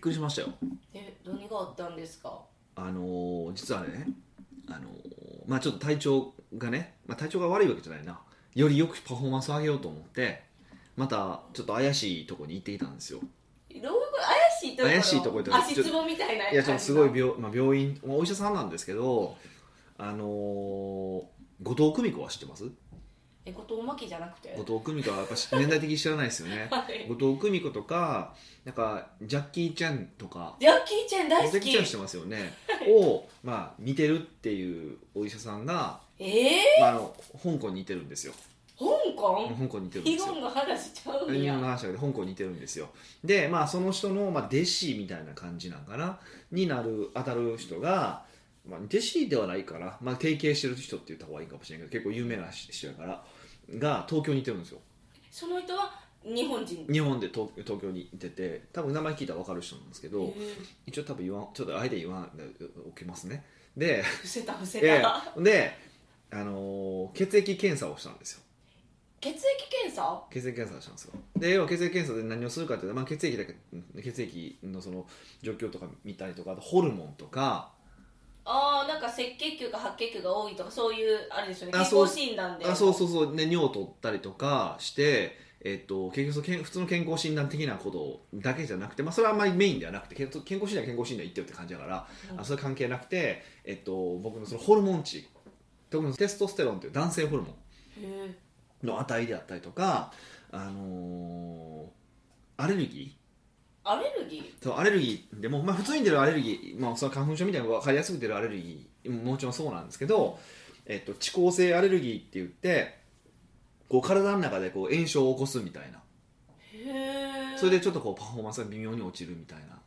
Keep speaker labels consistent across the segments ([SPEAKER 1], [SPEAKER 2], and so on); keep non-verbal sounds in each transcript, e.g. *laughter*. [SPEAKER 1] くりしましたよ
[SPEAKER 2] え何があったんですか
[SPEAKER 1] あのー実はね、あのーまあ、ちょっと体調がね、まあ、体調が悪いわけじゃないなよりよくパフォーマンスを上げようと思ってまたちょっと怪しいとこに行っていたんですよ
[SPEAKER 2] どういうこと怪しいところ
[SPEAKER 1] 怪しいところってこと
[SPEAKER 2] 足つぼみたいない
[SPEAKER 1] やちょっとすごい
[SPEAKER 2] 感じ
[SPEAKER 1] 病,、まあ、病院、まあ、お医者さんなんですけどあのー後藤久美子は知ってます
[SPEAKER 2] え後藤真希じゃなくて
[SPEAKER 1] 後藤久美子はやっぱし年代的に知らないですよね
[SPEAKER 2] はい
[SPEAKER 1] 後藤久美子とかなんかジャッキー・チェンとか
[SPEAKER 2] *laughs* ジャッキーちゃん大
[SPEAKER 1] ジ
[SPEAKER 2] 好
[SPEAKER 1] ャッキー・チェンし
[SPEAKER 2] き
[SPEAKER 1] てますよねを、まあ、見てるっていうお医者さんが、
[SPEAKER 2] ええ
[SPEAKER 1] まあ、あの香港にいてるんですよ
[SPEAKER 2] 香港
[SPEAKER 1] 香港にいてるんで
[SPEAKER 2] 日
[SPEAKER 1] すよ
[SPEAKER 2] 本の話ちゃうん
[SPEAKER 1] 日
[SPEAKER 2] や
[SPEAKER 1] 本の話だけど香港にいてるんですよでまあその人の、まあ、弟子みたいな感じなんかなになる当たる人が、まあ、弟子ではないかな、まあ、提携してる人って言った方がいいかもしれないけど結構有名な人やからが東京にいてるんですよ
[SPEAKER 2] その人は日本人
[SPEAKER 1] 日本で東東京にいてて多分名前聞いたら分かる人なんですけど、
[SPEAKER 2] えー
[SPEAKER 1] 一応多分言わんちょっとあえて言わんでおきますねで
[SPEAKER 2] 伏せた伏せた、
[SPEAKER 1] でで、あのー血液検査をしたんですよ
[SPEAKER 2] 血液検査
[SPEAKER 1] 血液検査をしたんですよで要は血液検査で何をするかっていうと、まあ、血液だけ血液のその状況とか見たりとかあとホルモンとか、
[SPEAKER 2] ああなんか赤血球か白血球が多いとかそういうあれですよね
[SPEAKER 1] あ
[SPEAKER 2] 健
[SPEAKER 1] そう
[SPEAKER 2] 康診断で
[SPEAKER 1] あそうそうそう、ね、尿を取ったりとかして、えっと、結局そのけん普通の健康診断的なことだけじゃなくて、まあ、それはあんまりメインではなくて健健康診断は健康診断行ってるって感じだから、
[SPEAKER 2] うん
[SPEAKER 1] あそれ関係なくて、えっと、僕のそのホルモン値特にテストステロンという男性ホルモン
[SPEAKER 2] へー
[SPEAKER 1] の値であったりとか、あのーアレルギー
[SPEAKER 2] アレルギー
[SPEAKER 1] そうアレルギーでも、まあ、普通に出るアレルギー、まあ、その花粉症みたいな分かりやすく出るアレルギーももちろんそうなんですけど、えっと、遅効性アレルギーって言ってこう体の中でこう炎症を起こすみたいな
[SPEAKER 2] へえ
[SPEAKER 1] それでちょっとこうパフォーマンスが微妙に落ちるみたいな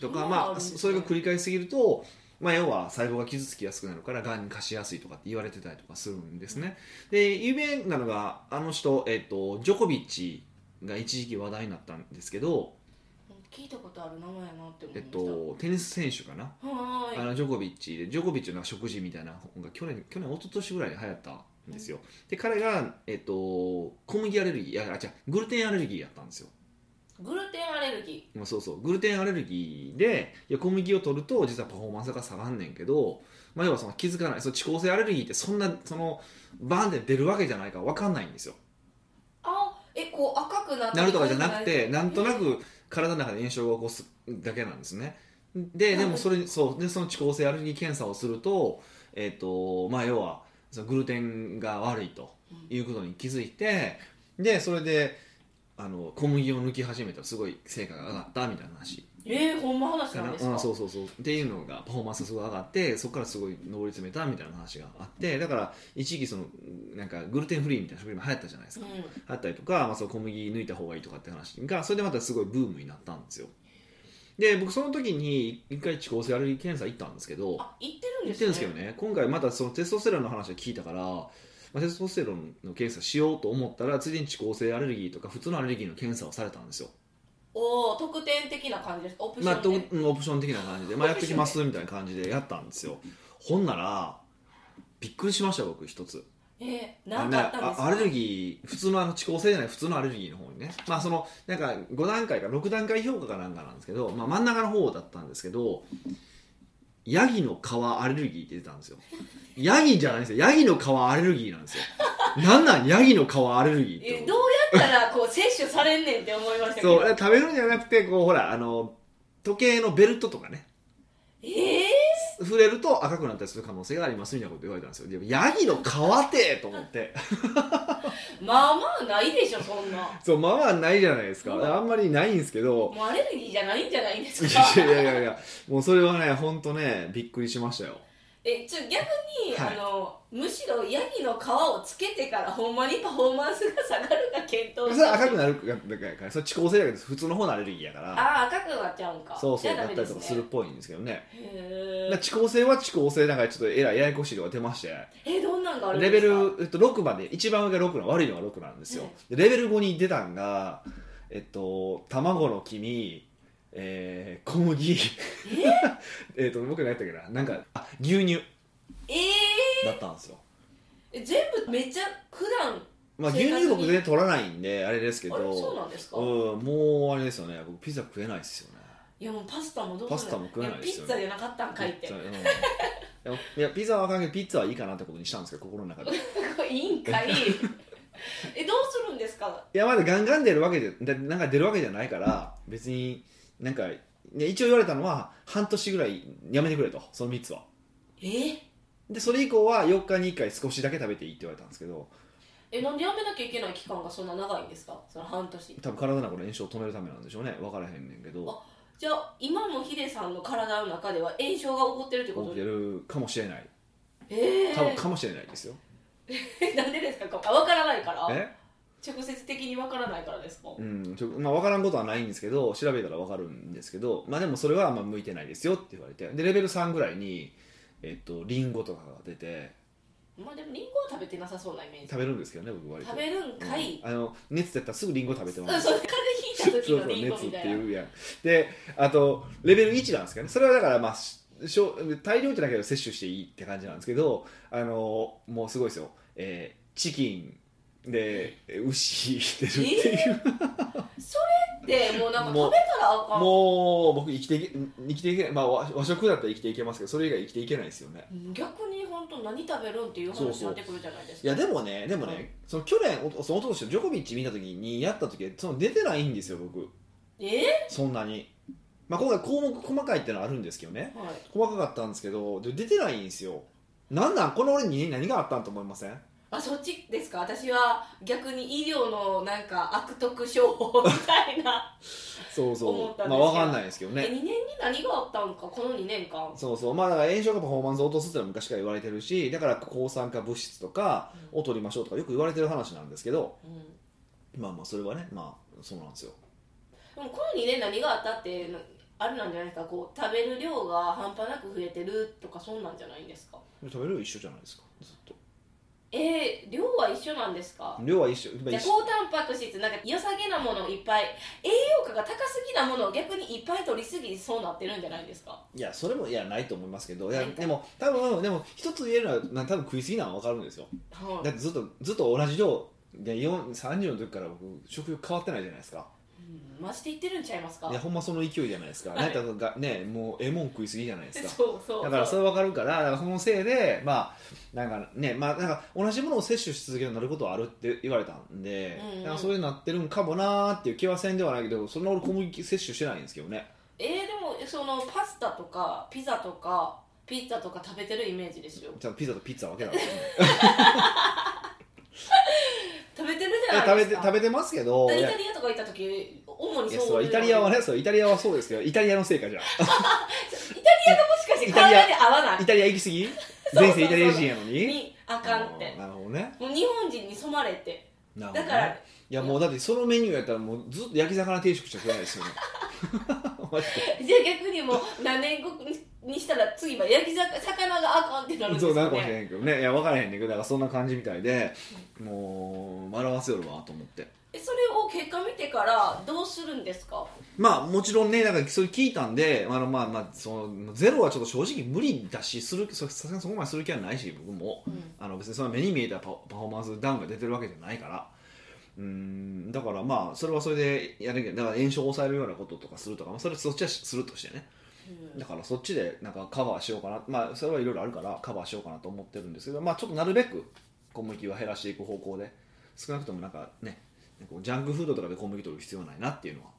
[SPEAKER 1] と
[SPEAKER 2] そうな
[SPEAKER 1] か
[SPEAKER 2] ん
[SPEAKER 1] ま
[SPEAKER 2] で
[SPEAKER 1] あ
[SPEAKER 2] すね
[SPEAKER 1] そそれが繰り返しすぎると、まあ、要は細胞が傷つきやすくなるからがんに化しやすいとかって言われてたりとかするんですね、で有名なのがあの人、えっと、ジョコビッチが一時期話題になったんですけど、
[SPEAKER 2] 聞いたことある名前やなって思い
[SPEAKER 1] え
[SPEAKER 2] ま
[SPEAKER 1] っ
[SPEAKER 2] した、
[SPEAKER 1] と、テニス選手かな
[SPEAKER 2] はーい
[SPEAKER 1] あのジョコビッチでジョコビッチの食事みたいな本が去年去年一昨年ぐらいに流行ったんですよ、で彼が、えっと、小麦アレルギーいやあ違うグルテンアレルギーやったんですよ
[SPEAKER 2] グルテンアレルギ
[SPEAKER 1] まあそうそうグルテンアレルギーでいや小麦を取ると実はパフォーマンスが下がんねんけど、まあ、要はその気づかないその遅効性アレルギーってそんなそのバーンって出るわけじゃないから分かんないんですよ
[SPEAKER 2] ーあえこう赤くなった
[SPEAKER 1] なるとかじゃなくてなんとなく体の中で炎症を起こすだけなんですねででもそれそうでその遅効性アレルギー検査をすると,、えっとまあ、要はそのグルテンが悪いということに気づいてでそれであの小麦を抜き始めたらすごい成果が上がったみたいな話
[SPEAKER 2] えー、ほんま話
[SPEAKER 1] か
[SPEAKER 2] なん
[SPEAKER 1] な
[SPEAKER 2] ですか
[SPEAKER 1] うん、そうそうそうっていうのがパフォーマンスがすごい上がってそこからすごい上り詰めたみたいな話があってだから一時期そのなんかグルテンフリーみたいな食品も流行ったじゃないですか、
[SPEAKER 2] うん
[SPEAKER 1] あったりとか、まあ、その小麦抜いた方がいいとかって話がそれでまたすごいブームになったんですよで僕その時に一回遅効性アレルギー検査行ったんですけど
[SPEAKER 2] あ言ってる
[SPEAKER 1] 行
[SPEAKER 2] んで
[SPEAKER 1] っ
[SPEAKER 2] す
[SPEAKER 1] てるんですけどね今回またそのテストステロンの話を聞いたから、まあ、テストステロンの検査しようと思ったらついでに遅効性アレルギーとか普通のアレルギーの検査をされたんですよ
[SPEAKER 2] おお特典的な感じですかオプシ
[SPEAKER 1] まあ、
[SPEAKER 2] ョンで、
[SPEAKER 1] とうんオプション的な感じで、まあ、やってきますみたいな感じでやったんですよほんならびっくりしました僕一つ
[SPEAKER 2] えー、
[SPEAKER 1] あ
[SPEAKER 2] な
[SPEAKER 1] の
[SPEAKER 2] ん
[SPEAKER 1] ね
[SPEAKER 2] かあったんです
[SPEAKER 1] あ
[SPEAKER 2] か
[SPEAKER 1] アレルギー普通のあの遅効性じゃない普通のアレルギーの方にねまあそのなんか5段階か6段階評価かなんかなんですけど、まあ、真ん中の方だったんですけどヤギの皮アレルギーって出たんですよヤギじゃないんですよヤギの皮アレルギーなんですよなんなんヤギの皮アレルギーって思っ
[SPEAKER 2] え
[SPEAKER 1] て
[SPEAKER 2] どうやったらこう摂取されんねんって思いましたけど
[SPEAKER 1] そう食べるんじゃなくてこうほらあの時計のベルトとかね
[SPEAKER 2] ええ
[SPEAKER 1] 触れると赤くなったりする可能性がありますみたいなこと言われたんですよでもヤギの皮ってと思って
[SPEAKER 2] ー、まあまあないでしょそんな
[SPEAKER 1] そうまあまあないじゃないですかあんまりないんですけど
[SPEAKER 2] もうアレルギーじゃないんじゃないんで
[SPEAKER 1] い
[SPEAKER 2] すか
[SPEAKER 1] *laughs* やいやいやいやもうそれはね本当ねびっくりしましたよ
[SPEAKER 2] えちょ逆に、
[SPEAKER 1] はい
[SPEAKER 2] あのむしろヤギの皮をつけてからほんまにパフォーマンスが下がるか検討
[SPEAKER 1] それ赤くなるからそれ遅効性だけど普通の方のアレルギーやから
[SPEAKER 2] ああー赤くなっちゃうんか
[SPEAKER 1] そう
[SPEAKER 2] じ
[SPEAKER 1] そう
[SPEAKER 2] ゃあ
[SPEAKER 1] だ
[SPEAKER 2] ダ
[SPEAKER 1] っ
[SPEAKER 2] メ
[SPEAKER 1] たり
[SPEAKER 2] です
[SPEAKER 1] と
[SPEAKER 2] ね
[SPEAKER 1] かするっぽいんですけどね
[SPEAKER 2] へ
[SPEAKER 1] だから
[SPEAKER 2] ー
[SPEAKER 1] 遅効性は遅効性だからちょっとえらいややこしいのが出まして
[SPEAKER 2] えどんなんがあるんで
[SPEAKER 1] レ
[SPEAKER 2] すか
[SPEAKER 1] ベル、えっと、6まで一番上が6の悪いのが6なんですよ、でレベル5に出たんがえっと卵の黄身、えー小麦 *laughs* えっと僕何やったっけななんかあ牛乳
[SPEAKER 2] え
[SPEAKER 1] だったんですよ、
[SPEAKER 2] ー、え全部めっちゃ普段
[SPEAKER 1] まあ、
[SPEAKER 2] 生
[SPEAKER 1] 牛
[SPEAKER 2] 活に
[SPEAKER 1] 乳僕全然取らないんであれですけ
[SPEAKER 2] あれそう
[SPEAKER 1] ど
[SPEAKER 2] なんですか
[SPEAKER 1] うんもうあれですよね僕ピザ食えないですよね
[SPEAKER 2] えいやもうパスタもどう
[SPEAKER 1] パスタも食えないですよね
[SPEAKER 2] やピッツァじゃなかったんかいって
[SPEAKER 1] うんいや *laughs* いやピザはあかんけどピッツァはいいかなってことにしたんですけど心の
[SPEAKER 2] *laughs*
[SPEAKER 1] 中で
[SPEAKER 2] いいんかい *laughs* えどうするんですか
[SPEAKER 1] いやまだガンガン出るわけででなんか出るわけじゃないから別になんか、ね、一応言われたのは半年ぐらいやめてくれとその3つは
[SPEAKER 2] え
[SPEAKER 1] でそれ以降は4日に1回少しだけ食べていいって言われたんですけど
[SPEAKER 2] えなんでやめなきゃいけない期間がそんな長いんですかその半年
[SPEAKER 1] 多分体の中の炎症を止めるためなんでしょうね分からへんねんけど
[SPEAKER 2] じゃあ今もヒデさんの体の中では炎症が起こってるってこ
[SPEAKER 1] 多
[SPEAKER 2] と
[SPEAKER 1] くやるかもしれない
[SPEAKER 2] え
[SPEAKER 1] 多分かもしれないですよ、
[SPEAKER 2] え *laughs* なんでですかあ分からないから
[SPEAKER 1] え
[SPEAKER 2] 直接的に分からないからですか
[SPEAKER 1] うんちょまあ、分からんことはないんですけど調べたら分かるんですけど、まあ、でもそれはあんま向いてないですよって言われてでレベル3ぐらいに、えっと、リンゴとかが出て
[SPEAKER 2] まあでもリンゴは食べてなさそうなイメージ
[SPEAKER 1] 食べるんですけどね僕割と
[SPEAKER 2] 食べるんかい、
[SPEAKER 1] うんあの熱出たらすぐリンゴ食べて
[SPEAKER 2] うん、
[SPEAKER 1] ま
[SPEAKER 2] そう
[SPEAKER 1] す
[SPEAKER 2] 風邪ひいた時のリンゴ
[SPEAKER 1] 熱
[SPEAKER 2] み
[SPEAKER 1] ったて
[SPEAKER 2] いな
[SPEAKER 1] いうやんであとレベル1なんですけどねそれはだからまあししょ大量じゃなけど摂取していいって感じなんですけどあのもうすごいですよ、えーチキンで牛してるっていう、
[SPEAKER 2] でもうなんか
[SPEAKER 1] もう
[SPEAKER 2] 食べたらあかん
[SPEAKER 1] もう僕生きていけ生きていけない、まあ、和和食だったら生きていけますけどそれ以外生きていけないですよね
[SPEAKER 2] 逆に本当何食べるんっていう話になってくるじゃないです
[SPEAKER 1] い
[SPEAKER 2] か
[SPEAKER 1] やでもねでも
[SPEAKER 2] うん
[SPEAKER 1] ねその去年おとそのおととしのジョコビッチ見た時にやった時その出てないんですよ僕
[SPEAKER 2] え
[SPEAKER 1] そんなに、まあ、今回項目細かいっていうのはあるんですけどね
[SPEAKER 2] ーはい、
[SPEAKER 1] 細かかったんですけどで出てないんですよなんなんこの俺に何があったんと思いません
[SPEAKER 2] あそっちですか私は逆に医療のなんか悪徳商法みたいな
[SPEAKER 1] そう
[SPEAKER 2] 思
[SPEAKER 1] そ
[SPEAKER 2] ったん
[SPEAKER 1] うま
[SPEAKER 2] です
[SPEAKER 1] あ
[SPEAKER 2] よ
[SPEAKER 1] わかんないですけど
[SPEAKER 2] え2
[SPEAKER 1] *laughs* ね
[SPEAKER 2] 年に何があったんかこの2年間
[SPEAKER 1] そうそうまあだから炎症がパフォーマンスを落とすっていうのは昔から言われてるしだから抗酸化物質とかを取りましょうとかよく言われてる話なんですけど
[SPEAKER 2] うん、で
[SPEAKER 1] まあまあそれはねまあそうなんですよ
[SPEAKER 2] もこの2年何があったってなあれなんじゃないですかこう食べる量が半端なく増えてるとかそんなんじゃないんですか
[SPEAKER 1] 食べる量一緒じゃないですかずっと
[SPEAKER 2] えー、量は一緒なんですか
[SPEAKER 1] 量は一緒ま
[SPEAKER 2] じ
[SPEAKER 1] あ
[SPEAKER 2] ゃあ
[SPEAKER 1] 一緒
[SPEAKER 2] 高タンパク質なんか良さげなものをいっぱい栄養価が高すぎなものを逆にいっぱい取りすぎそうなってるんじゃないですか
[SPEAKER 1] いやそれもいやないと思いますけどいや
[SPEAKER 2] ないか
[SPEAKER 1] でも多分でも一つ言えるのはな多分食い過ぎなのは分かるんですよ
[SPEAKER 2] はい
[SPEAKER 1] だってずっとずっと同じ量で4 30の時から僕食欲変わってないじゃないですか
[SPEAKER 2] うん、増していってるんちゃいますか
[SPEAKER 1] いやほんまその勢いじゃないですか、
[SPEAKER 2] はい
[SPEAKER 1] なんかがねもうええもん食い過ぎじゃないですか
[SPEAKER 2] そうそう
[SPEAKER 1] だからそれ分かるからだからそのせいでまあなんかねまあなんか同じものを摂取し続けるようになることはあるって言われたんで、
[SPEAKER 2] うんうん
[SPEAKER 1] なんかそういうのなってるんかもなーっていう気はせんではないけどそんな俺小麦摂取してないんですけどね
[SPEAKER 2] えー、でもそのパスタとかピザとかピッツァとか食べてるイメージですよ
[SPEAKER 1] じゃあピザとピッツァ分けたんですね
[SPEAKER 2] *laughs* 食べてる
[SPEAKER 1] い
[SPEAKER 2] じ
[SPEAKER 1] や
[SPEAKER 2] ゃな
[SPEAKER 1] 食べ
[SPEAKER 2] いです
[SPEAKER 1] て
[SPEAKER 2] か
[SPEAKER 1] 食べてますけどい
[SPEAKER 2] イ
[SPEAKER 1] や
[SPEAKER 2] タリアとか行った時主に
[SPEAKER 1] いや
[SPEAKER 2] そ
[SPEAKER 1] そうう
[SPEAKER 2] いう
[SPEAKER 1] イタリアは
[SPEAKER 2] も
[SPEAKER 1] ねそうイタリアはそうですけどイタリアのせいかじゃ
[SPEAKER 2] *laughs*
[SPEAKER 1] あ
[SPEAKER 2] しかして
[SPEAKER 1] イタリア
[SPEAKER 2] 体に合わない
[SPEAKER 1] イタリア行き過ぎ
[SPEAKER 2] そう
[SPEAKER 1] 前世イタリア人やのに
[SPEAKER 2] にあかんって
[SPEAKER 1] あーなるほどね
[SPEAKER 2] もう日本人に染まれて
[SPEAKER 1] なるほど
[SPEAKER 2] だ
[SPEAKER 1] ね
[SPEAKER 2] から
[SPEAKER 1] いやもうだってそのメニューやったらもうずっと焼き魚定食しか食わないですよね *laughs* マジで
[SPEAKER 2] じゃあ逆にもう何年後にしたら次は焼き魚魚があかんってなるんです
[SPEAKER 1] そうな
[SPEAKER 2] よ
[SPEAKER 1] んかもし
[SPEAKER 2] ね
[SPEAKER 1] れへんけどねいや分からへんねんけどだからそんな感じみたいでもう笑わせよるわと思って
[SPEAKER 2] えそれを結果見てからどうするんですか
[SPEAKER 1] まあもちろんねなんかそれ聞いたんであのまあまあそのゼロはちょっと正直無理だしするそさすがにそこまでする気はないし僕も
[SPEAKER 2] うん
[SPEAKER 1] あの別にその目に見えたパパフォーマンスダウンが出てるわけじゃないからうーんだからまあそれはそれでやるけどだから炎症を抑えるようなこととかするとか、まあ、それそっちはするとしてね
[SPEAKER 2] うん
[SPEAKER 1] だからそっちでなんかカバーしようかな、まあ、それはいろいろあるからカバーしようかなと思ってるんですけど、まあ、ちょっとなるべく小麦は減らしていく方向で少なくともなんかねこうジャンクフードとかで小麦取る必要はないなっていうのは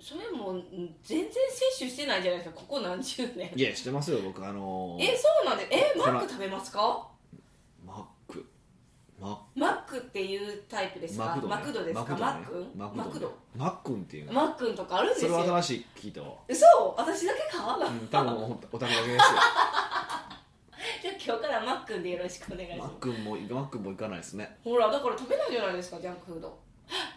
[SPEAKER 2] それもうん全然摂取してないじゃないですかここ何十年
[SPEAKER 1] いやしてますよ僕あのー
[SPEAKER 2] えそうなんでえ
[SPEAKER 1] この
[SPEAKER 2] マック食べますか
[SPEAKER 1] マックマ
[SPEAKER 2] マックっていうタイプですか
[SPEAKER 1] マクドね、
[SPEAKER 2] マクドですかマックン
[SPEAKER 1] マクド
[SPEAKER 2] マ
[SPEAKER 1] ねマク
[SPEAKER 2] ク
[SPEAKER 1] ドね
[SPEAKER 2] ド
[SPEAKER 1] マックンっていうの
[SPEAKER 2] マックンとかあるんです
[SPEAKER 1] それは
[SPEAKER 2] よ
[SPEAKER 1] 新しい聞いたわ、
[SPEAKER 2] 嘘私だけか
[SPEAKER 1] う、
[SPEAKER 2] なん
[SPEAKER 1] 多分おお宅だけです
[SPEAKER 2] じゃあ今日からマックンでよろしくお願いし *laughs*
[SPEAKER 1] よマ
[SPEAKER 2] ま
[SPEAKER 1] ックンもマックンも行かないですね
[SPEAKER 2] すほらだから食べないじゃないですかジャンクフード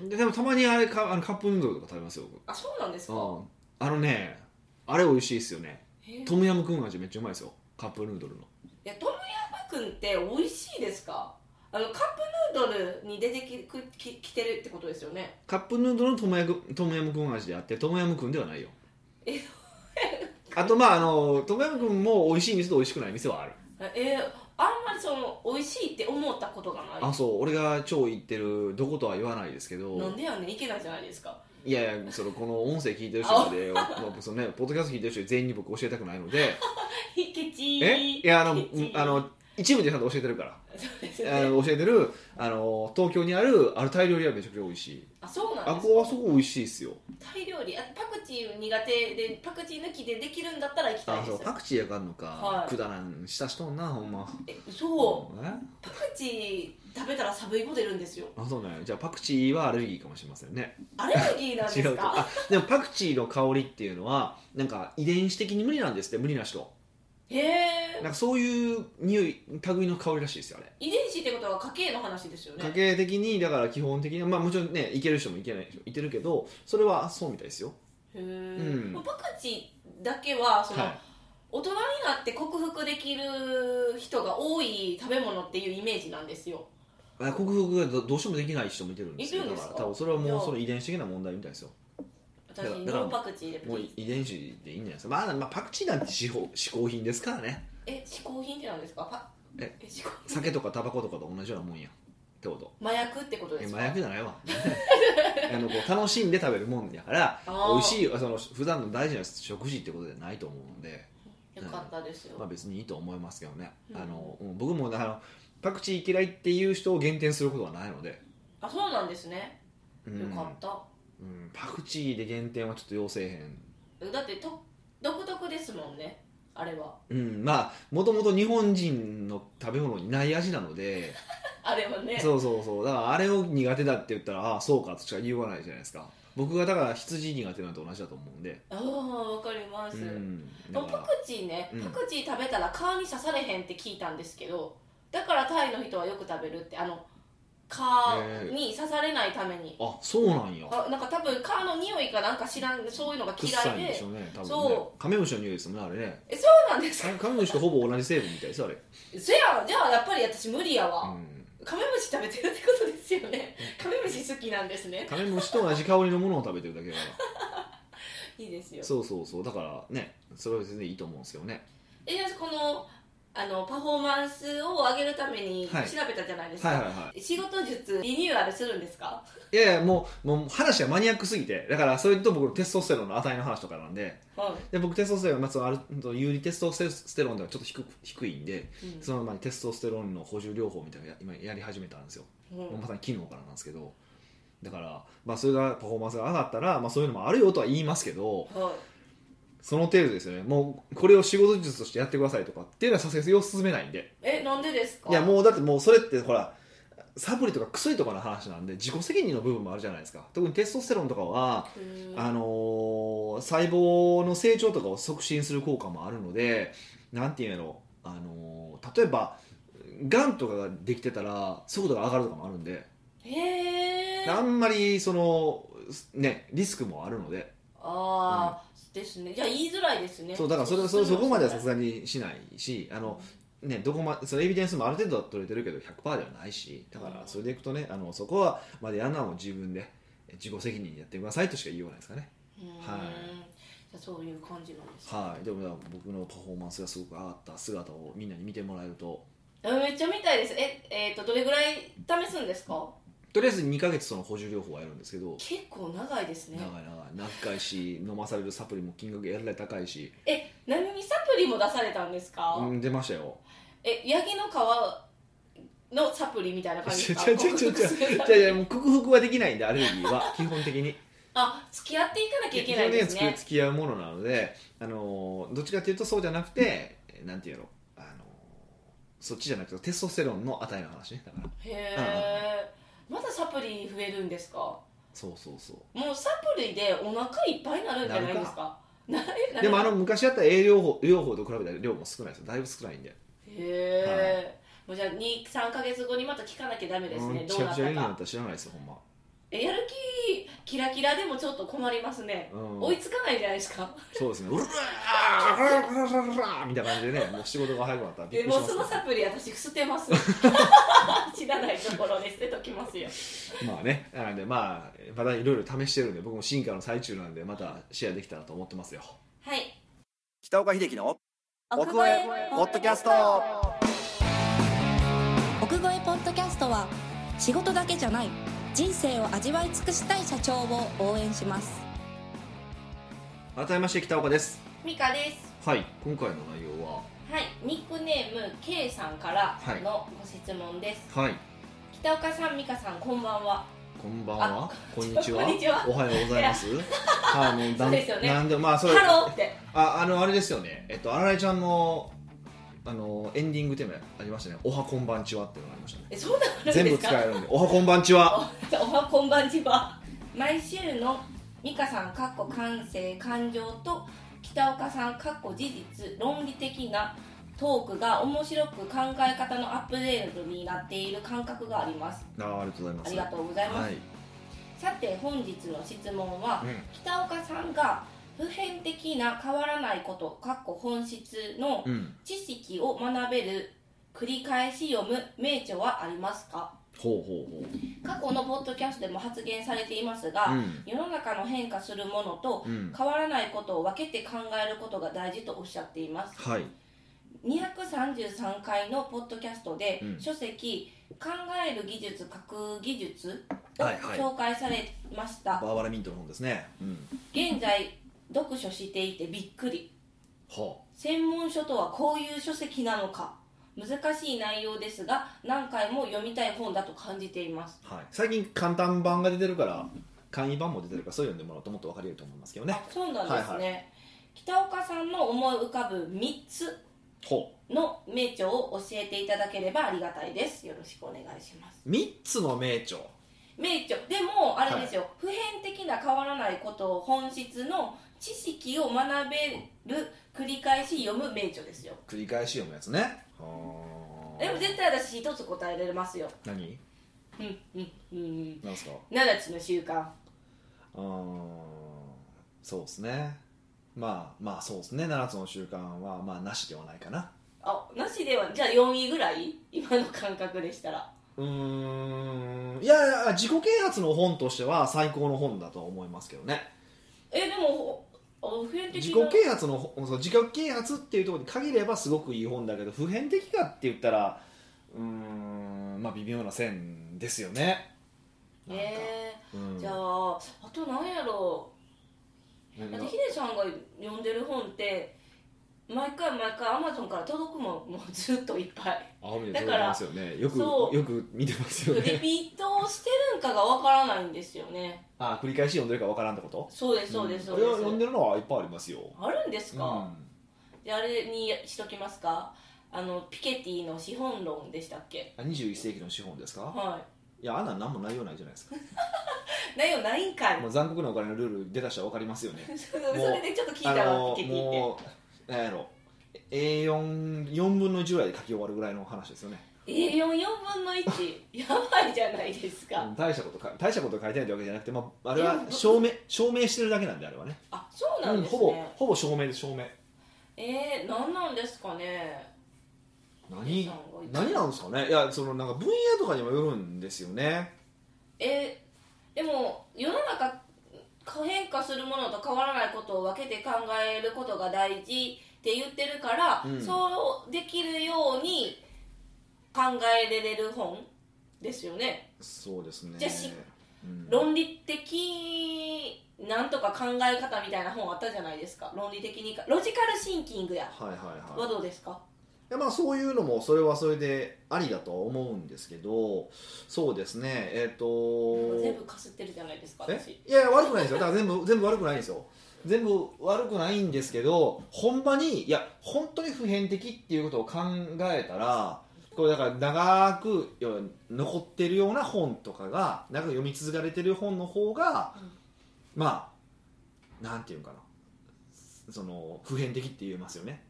[SPEAKER 1] ででもたまにあれかあのカップヌードルとか食べますよ僕
[SPEAKER 2] あそうなんですか
[SPEAKER 1] うんあのねあれ美味しいですよね
[SPEAKER 2] へえい
[SPEAKER 1] トムヤムクン味めっちゃうまいですよカップヌードルの
[SPEAKER 2] やトムヤムクンって美味しいですかあのカップヌードルに出てきくききてるってことですよね
[SPEAKER 1] カップヌードルのトムヤムトムヤムクン味であってトムヤムクンではないよ
[SPEAKER 2] え
[SPEAKER 1] あとまああのトムヤムクンも美味しい店と美味しくない店はある
[SPEAKER 2] えーあんまりその美味しいって思ったことがない
[SPEAKER 1] あそう俺が超行ってるどことは言わないですけど
[SPEAKER 2] なんでやねんいけないじゃないですか *laughs*
[SPEAKER 1] いやいやそのこの音声聞いてる人 *laughs* で、まあそのね、ポッドキャスト聞いてる人全員に僕教えたくないので
[SPEAKER 2] ひけち
[SPEAKER 1] えいやあの
[SPEAKER 2] ケチ
[SPEAKER 1] あの一部でちゃんと教えてるから
[SPEAKER 2] そうです
[SPEAKER 1] あ
[SPEAKER 2] ね
[SPEAKER 1] の教えてるあの東京にあるあるタイ料理はめちゃくちゃ美味しい
[SPEAKER 2] あそうなん
[SPEAKER 1] あ
[SPEAKER 2] で
[SPEAKER 1] こ
[SPEAKER 2] す
[SPEAKER 1] こはすごい美味しいですよ
[SPEAKER 2] タイ料理あパクチー苦手でパクチー抜きでできるんだったら行きた
[SPEAKER 1] あ
[SPEAKER 2] いで
[SPEAKER 1] そう
[SPEAKER 2] す
[SPEAKER 1] パクチーやかんのか、
[SPEAKER 2] はい
[SPEAKER 1] くだらんしたしとんなほんま
[SPEAKER 2] えそう
[SPEAKER 1] うね
[SPEAKER 2] パクチー食べたらサブイボ出るんですよ
[SPEAKER 1] あそうねじゃあパクチーはアレルギーかもしれませんね
[SPEAKER 2] アレルギーなんで
[SPEAKER 1] *laughs* 違
[SPEAKER 2] す
[SPEAKER 1] うと
[SPEAKER 2] か
[SPEAKER 1] あでもパクチーの香りっていうのはなんか遺伝子的に無理なんですって無理な人
[SPEAKER 2] へえ
[SPEAKER 1] なんかそういう匂い類の香りらしいですよあれ
[SPEAKER 2] 遺伝子ってことは家系の話ですよね
[SPEAKER 1] 家計的にだから基本的にまあもちろんねいける人もいけない人もいてるけどそれはそうみたいですよ
[SPEAKER 2] へえ、
[SPEAKER 1] ん
[SPEAKER 2] まあパクチーだけはその、
[SPEAKER 1] はい
[SPEAKER 2] 大人になって克服できる人が多い食べ物っていうイメージなんですよ
[SPEAKER 1] あ克服がどどうしてもできない人もいてるんですよ
[SPEAKER 2] いる
[SPEAKER 1] だ
[SPEAKER 2] んですか
[SPEAKER 1] から多分それは
[SPEAKER 2] じゃ
[SPEAKER 1] も
[SPEAKER 2] あ
[SPEAKER 1] うその遺伝子的な問題みたいですよ
[SPEAKER 2] 私
[SPEAKER 1] だからだから
[SPEAKER 2] ノンパクチーでプ
[SPEAKER 1] もう
[SPEAKER 2] リ
[SPEAKER 1] 遺伝子でいいんじゃないですか、まあ、まあパクチーなんて嗜好嗜好品ですからね
[SPEAKER 2] え嗜好品ってなんですかパ
[SPEAKER 1] え
[SPEAKER 2] 嗜好品
[SPEAKER 1] 酒とかタバコとかと同じようなもんやってこと
[SPEAKER 2] 麻薬ってことで
[SPEAKER 1] え
[SPEAKER 2] すか
[SPEAKER 1] 麻薬じゃないわ *laughs* あのこう楽しんで食べるもんやから
[SPEAKER 2] あー
[SPEAKER 1] 美味しいその普段の大事な食事ってことじゃないと思うので、
[SPEAKER 2] よかったですよ、
[SPEAKER 1] まあ、別にいいと思いますけどね、
[SPEAKER 2] うん
[SPEAKER 1] あのうん僕もねあのパクチー嫌いっていう人を減点することはないので、
[SPEAKER 2] あそうなんですね
[SPEAKER 1] う
[SPEAKER 2] よ
[SPEAKER 1] ん
[SPEAKER 2] かった、
[SPEAKER 1] うん、パクチーで減点はちょっと要せえへん
[SPEAKER 2] だってと独特ですもんねあれは
[SPEAKER 1] うん、まあもともと日本人の食べ物にない味なので
[SPEAKER 2] あれはね
[SPEAKER 1] そうそうそうだからあれを苦手だって言ったらああそうかとしか言わないじゃないですか僕がだから羊苦手なのと同じだと思うんで、
[SPEAKER 2] ああわかります、
[SPEAKER 1] うん、
[SPEAKER 2] で
[SPEAKER 1] だ
[SPEAKER 2] も
[SPEAKER 1] か
[SPEAKER 2] パ
[SPEAKER 1] ら
[SPEAKER 2] クチーね、
[SPEAKER 1] うん
[SPEAKER 2] パクチー食べたら蚊に刺されへんって聞いたんですけどだからタイの人はよく食べるってあの蚊に刺されないために、
[SPEAKER 1] あそうなんや
[SPEAKER 2] あなんか多分蚊の匂いかなんか知らんそういうのが嫌
[SPEAKER 1] 臭い
[SPEAKER 2] い
[SPEAKER 1] ん
[SPEAKER 2] で
[SPEAKER 1] でしょうね多分ね
[SPEAKER 2] そ
[SPEAKER 1] カメムシの匂いですもんねあれね
[SPEAKER 2] えそうなんですか
[SPEAKER 1] カカメムシとほぼ同じ成分みたいですあれ、
[SPEAKER 2] そやじゃあやっぱり私無理やわ、
[SPEAKER 1] う
[SPEAKER 2] カメムシ食べてるってことですよねカメムシ好きなんです
[SPEAKER 1] ん、
[SPEAKER 2] ね
[SPEAKER 1] カメムシと同じ香りのものを食べてるだけだか
[SPEAKER 2] いいですよ
[SPEAKER 1] らそうそうそうだからねそれは全然いいと思うんですけどね
[SPEAKER 2] えじゃあこのあのパフォーマンスを上げるために調
[SPEAKER 1] はい
[SPEAKER 2] べたじゃないですか、
[SPEAKER 1] はいはいは
[SPEAKER 2] 仕事術リニューアルするんですか
[SPEAKER 1] いいやいやもうもう話はマニアックすぎてだからそれと僕のテストステロンの値の話とかなんで
[SPEAKER 2] は
[SPEAKER 1] で僕テストステロン、まあ、そのあるその有利テストステロンではちょっと低く低いんで
[SPEAKER 2] い、うん
[SPEAKER 1] その前にテストステロンの補充療法みたいなのや今やり始めたんですよ
[SPEAKER 2] うん
[SPEAKER 1] もうまさに昨日からなんですけどだから、まあ、それがパフォーマンスが上がったら、まあ、そういうのもあるよとは言いますけど
[SPEAKER 2] はい
[SPEAKER 1] その程度ですよねもうこれを仕事術としてやってくださいとかっていうのはさすがに進めないんで
[SPEAKER 2] えなんでですか
[SPEAKER 1] いやもうだってもうそれってほらサプリとか薬とかの話なんで自己責任の部分もあるじゃないですか特にテストステロンとかは、
[SPEAKER 2] うーん
[SPEAKER 1] あのー細胞の成長とかを促進する効果もあるのでなんていうんやろ、あのー例えばがんとかができてたら速度が上がるとかもあるんで
[SPEAKER 2] へえ
[SPEAKER 1] あ
[SPEAKER 2] あ
[SPEAKER 1] んまりそのねリスクもあるので、
[SPEAKER 2] あー、ですねじゃあ言いづらいですね
[SPEAKER 1] そうだからそれそそこまではさす
[SPEAKER 2] が
[SPEAKER 1] がにしないしあのねどこまそのエビデンスもある程度は取れてるけど100%ではないしだからそれでいくとねあのそこはまでやんなもん自分でえ自己責任でやってくださいとしか言いようがないですかねはい
[SPEAKER 2] じゃあそういう感じなんです
[SPEAKER 1] はいでもだから僕のパフォーマンスがすごく上がった姿をみんなに見てもらえると
[SPEAKER 2] あめっちゃ見たいですええー、とどれぐらい試すんですか
[SPEAKER 1] とりあえず2ヶ月その補充療法はやるんですけど
[SPEAKER 2] 結構長いですね
[SPEAKER 1] 長い長い長いし飲まされるサプリも金額やられ高いし、
[SPEAKER 2] え何にサプリも出されたんですか、
[SPEAKER 1] うん、出ましたよ
[SPEAKER 2] えヤギの皮のサプリみたいな感じ
[SPEAKER 1] ち
[SPEAKER 2] で
[SPEAKER 1] ょ
[SPEAKER 2] す
[SPEAKER 1] ち
[SPEAKER 2] か
[SPEAKER 1] ょちょちょ
[SPEAKER 2] *laughs*
[SPEAKER 1] ちょいやいやもう克服はできないんでアレルギーは基本的に
[SPEAKER 2] あ付き合っていかなきゃいけないです
[SPEAKER 1] 基本的には
[SPEAKER 2] ね
[SPEAKER 1] 付き合うものなのであのーどっちかっていうとそうじゃなくてえーなんていうのあのーそっちじゃなくてテストステロンの値の話ねだから
[SPEAKER 2] へえまだサプリ増えるんですか
[SPEAKER 1] そうそうそう
[SPEAKER 2] もうサプリでお腹いっぱいになるんじゃないですかなえなる
[SPEAKER 1] でもあの昔あった栄養法療法と比べたら量も少ないですよだいぶ少ないんで
[SPEAKER 2] へえ、もうじゃあ23か月後にまた聞かなきゃダメですね、
[SPEAKER 1] うん
[SPEAKER 2] ど
[SPEAKER 1] ち
[SPEAKER 2] う
[SPEAKER 1] ゃ
[SPEAKER 2] な
[SPEAKER 1] く
[SPEAKER 2] っ
[SPEAKER 1] ちゃ
[SPEAKER 2] た
[SPEAKER 1] いいのだっ
[SPEAKER 2] か
[SPEAKER 1] たら知らないですよほんま
[SPEAKER 2] えやる気キラキラでもちょっと困りますね、
[SPEAKER 1] うん
[SPEAKER 2] 追いつかないじゃないですか
[SPEAKER 1] そうですねうるわーうらららららみたいな感じでねもう仕事が早くなったらびっ
[SPEAKER 2] え
[SPEAKER 1] くりし
[SPEAKER 2] も
[SPEAKER 1] ま
[SPEAKER 2] う
[SPEAKER 1] す
[SPEAKER 2] そ
[SPEAKER 1] け
[SPEAKER 2] のサプリ私捨てます *laughs* 知らないところで捨てときますよ
[SPEAKER 1] どまあねなのでまあまだいろいろ試してるんで僕も進化の最中なんでまたシェアできたらと思ってますよ
[SPEAKER 2] はい
[SPEAKER 1] 北岡秀樹の
[SPEAKER 3] 奥越えポッドキャスト
[SPEAKER 4] 奥越えポッドキャストは仕事だけじゃない人生を味わい尽くしたい社長を応援します
[SPEAKER 1] 改めまして北岡です
[SPEAKER 2] ミカです
[SPEAKER 1] はい今回の内容は
[SPEAKER 2] はいニックネーム K さんからのご質問です、
[SPEAKER 1] はい
[SPEAKER 2] 北岡さん美香さんこんばんは
[SPEAKER 1] こんばんはこんにちは
[SPEAKER 2] こんにちは
[SPEAKER 1] おはようございますはいもうだ
[SPEAKER 2] そうんですよね
[SPEAKER 1] なんでもまあそれ
[SPEAKER 2] ハローって
[SPEAKER 1] ああのあれですよねえっと新井ちゃんのあのエンディングテーマありましたねおはこんばんちはっていうのがありましたね
[SPEAKER 2] えそんなのあるん
[SPEAKER 1] 全
[SPEAKER 2] で
[SPEAKER 1] 部
[SPEAKER 2] すか
[SPEAKER 1] 使えるんでおはこんばんちは
[SPEAKER 2] おはこんばんちは毎週の美香さんかっこ感性感情と北岡さんかっこ事実論理的なトークが面白く考え方のアップデートになっている感覚があります
[SPEAKER 1] あーありがとうございま
[SPEAKER 2] あ
[SPEAKER 1] す
[SPEAKER 2] りがとうございます、
[SPEAKER 1] はい、
[SPEAKER 2] さて本日の質問は、
[SPEAKER 1] うん
[SPEAKER 2] 北岡さんが普遍的な変わらないことかっこ本質の
[SPEAKER 1] うん、
[SPEAKER 2] 知識を学べる繰り返し読む名著はありますか
[SPEAKER 1] ほうほう
[SPEAKER 2] 過去のポッドキャストでも発言されていますが、
[SPEAKER 1] ほううん
[SPEAKER 2] 世の中の変化するものと
[SPEAKER 1] うん
[SPEAKER 2] 変わらないことを分けて考えることが大事とおっしゃっています
[SPEAKER 1] はい
[SPEAKER 2] 233回のポッドキャストで、
[SPEAKER 1] うん
[SPEAKER 2] 書籍「考える技術書く技術」を
[SPEAKER 1] はいはい
[SPEAKER 2] 紹介されました、
[SPEAKER 1] バーバラミントの本ですねうん
[SPEAKER 2] 現在読書していてびっくり
[SPEAKER 1] は
[SPEAKER 2] 専門書とはこういう書籍なのか難しい内容ですが何回も読みたい本だと感じています
[SPEAKER 1] あ、はい、最近簡単版が出てるから簡易版も出てるからそういうのでもらうともっと分かりやすいと思いますけどね
[SPEAKER 2] あそうなんですね、
[SPEAKER 1] はい
[SPEAKER 2] 北岡さんの思い浮かぶ3つ
[SPEAKER 1] ほ
[SPEAKER 2] の名著を教えていただければありがたいですよろしくお願いします
[SPEAKER 1] う3つの名著
[SPEAKER 2] 名著でもあれですよ、普遍的な変わらないことを本質の知識を学べる繰り返し読む名著ですよ
[SPEAKER 1] 繰り返し読むやつねはあ
[SPEAKER 2] でも絶対私一つ答えられますよ
[SPEAKER 1] 何
[SPEAKER 2] うんうんうん
[SPEAKER 1] なんですか
[SPEAKER 2] 7つの習慣
[SPEAKER 1] うーんそうですねまあまあそうですね7つの習慣はまあなしではないかな
[SPEAKER 2] あなしではじゃあ4位ぐらい今の感覚でしたら
[SPEAKER 1] うーんいやいや自己啓発の本としては最高の本だとは思いますけどね
[SPEAKER 2] えでもほあ普遍的な
[SPEAKER 1] 自己啓発のほその自己啓発っていうところに限ればすごくいい本だけど普遍的かって言ったらうーんまあ微妙な線ですよねなんか
[SPEAKER 2] え
[SPEAKER 1] うん
[SPEAKER 2] ー、じゃああと何やろう
[SPEAKER 1] うん
[SPEAKER 2] だってヒデさんが読んでる本って毎回毎回アマゾンから届くもんもうずっといっぱい
[SPEAKER 1] 青み
[SPEAKER 2] だ
[SPEAKER 1] で撮
[SPEAKER 2] から
[SPEAKER 1] られますよねよく
[SPEAKER 2] そう
[SPEAKER 1] よく見てますよ
[SPEAKER 2] リ
[SPEAKER 1] ね
[SPEAKER 2] ピートをしてるんかがわからないんですよね
[SPEAKER 1] *laughs* あ繰り返し読んでるかわからんってこと
[SPEAKER 2] そうですそうですそ
[SPEAKER 1] ん
[SPEAKER 2] う
[SPEAKER 1] こ
[SPEAKER 2] で
[SPEAKER 1] れ
[SPEAKER 2] す
[SPEAKER 1] は、読んでるのはいっぱいありますよ
[SPEAKER 2] あるんです
[SPEAKER 1] う
[SPEAKER 2] か、
[SPEAKER 1] ん
[SPEAKER 2] であれにしときますかあのピケティの資本論でしたっけ
[SPEAKER 1] あ21世紀の資本ですか
[SPEAKER 2] はい
[SPEAKER 1] やあんなん何も内容ないじゃないですか
[SPEAKER 2] い内容ないんか
[SPEAKER 1] *laughs*
[SPEAKER 2] い
[SPEAKER 1] もう残酷なお金のルール出だしたら分かりますよね
[SPEAKER 2] *laughs* それでちょっと聞いた
[SPEAKER 1] あ
[SPEAKER 2] わ
[SPEAKER 1] の
[SPEAKER 2] ピケティって
[SPEAKER 1] もうなんやろ A44 分の1ぐらいで書き終わるぐらいの話ですよね
[SPEAKER 2] A44 分の1やばいじゃないですか
[SPEAKER 1] 大したことか大したこと書いてないってわけじゃなくて、まあ、あれは
[SPEAKER 2] え
[SPEAKER 1] 証明証明してるだけなんであれはね
[SPEAKER 2] あそうなん
[SPEAKER 1] うん
[SPEAKER 2] です
[SPEAKER 1] ほぼ
[SPEAKER 2] ね、
[SPEAKER 1] ほぼ証明です証明
[SPEAKER 2] えー、何なんですかねヒデ
[SPEAKER 1] 何
[SPEAKER 2] さんが言っ
[SPEAKER 1] 何
[SPEAKER 2] て
[SPEAKER 1] なんですかねいやそのなんか分野とかにもよるんですよね
[SPEAKER 2] えーでも世の中変化するものと変わらないことを分けて考えることが大事って言ってるから、
[SPEAKER 1] うん
[SPEAKER 2] そうできるように考えられる本ですよね、
[SPEAKER 1] そうですね
[SPEAKER 2] じゃあし
[SPEAKER 1] うん
[SPEAKER 2] 論理的なんとか考え方みたいな本あったじゃないですか論理的にかロジカルシンキングや
[SPEAKER 1] はいはいはい
[SPEAKER 2] はどうですか
[SPEAKER 1] でまあ、そういうのもそれはそれでありだとは思うんですけどそうですねえっ、と
[SPEAKER 2] 全部かすってるじゃないですか
[SPEAKER 1] え
[SPEAKER 2] 私
[SPEAKER 1] いやいや悪くないですよだから全部全部悪くないんですよ全部悪くないんですけどほんまにいや本当に普遍的っていうことを考えたらこれだから長く要は残ってるような本とかが長く読み続けられてる本の方が、
[SPEAKER 2] うん
[SPEAKER 1] まあなんていうんかなその普遍的って言えますよね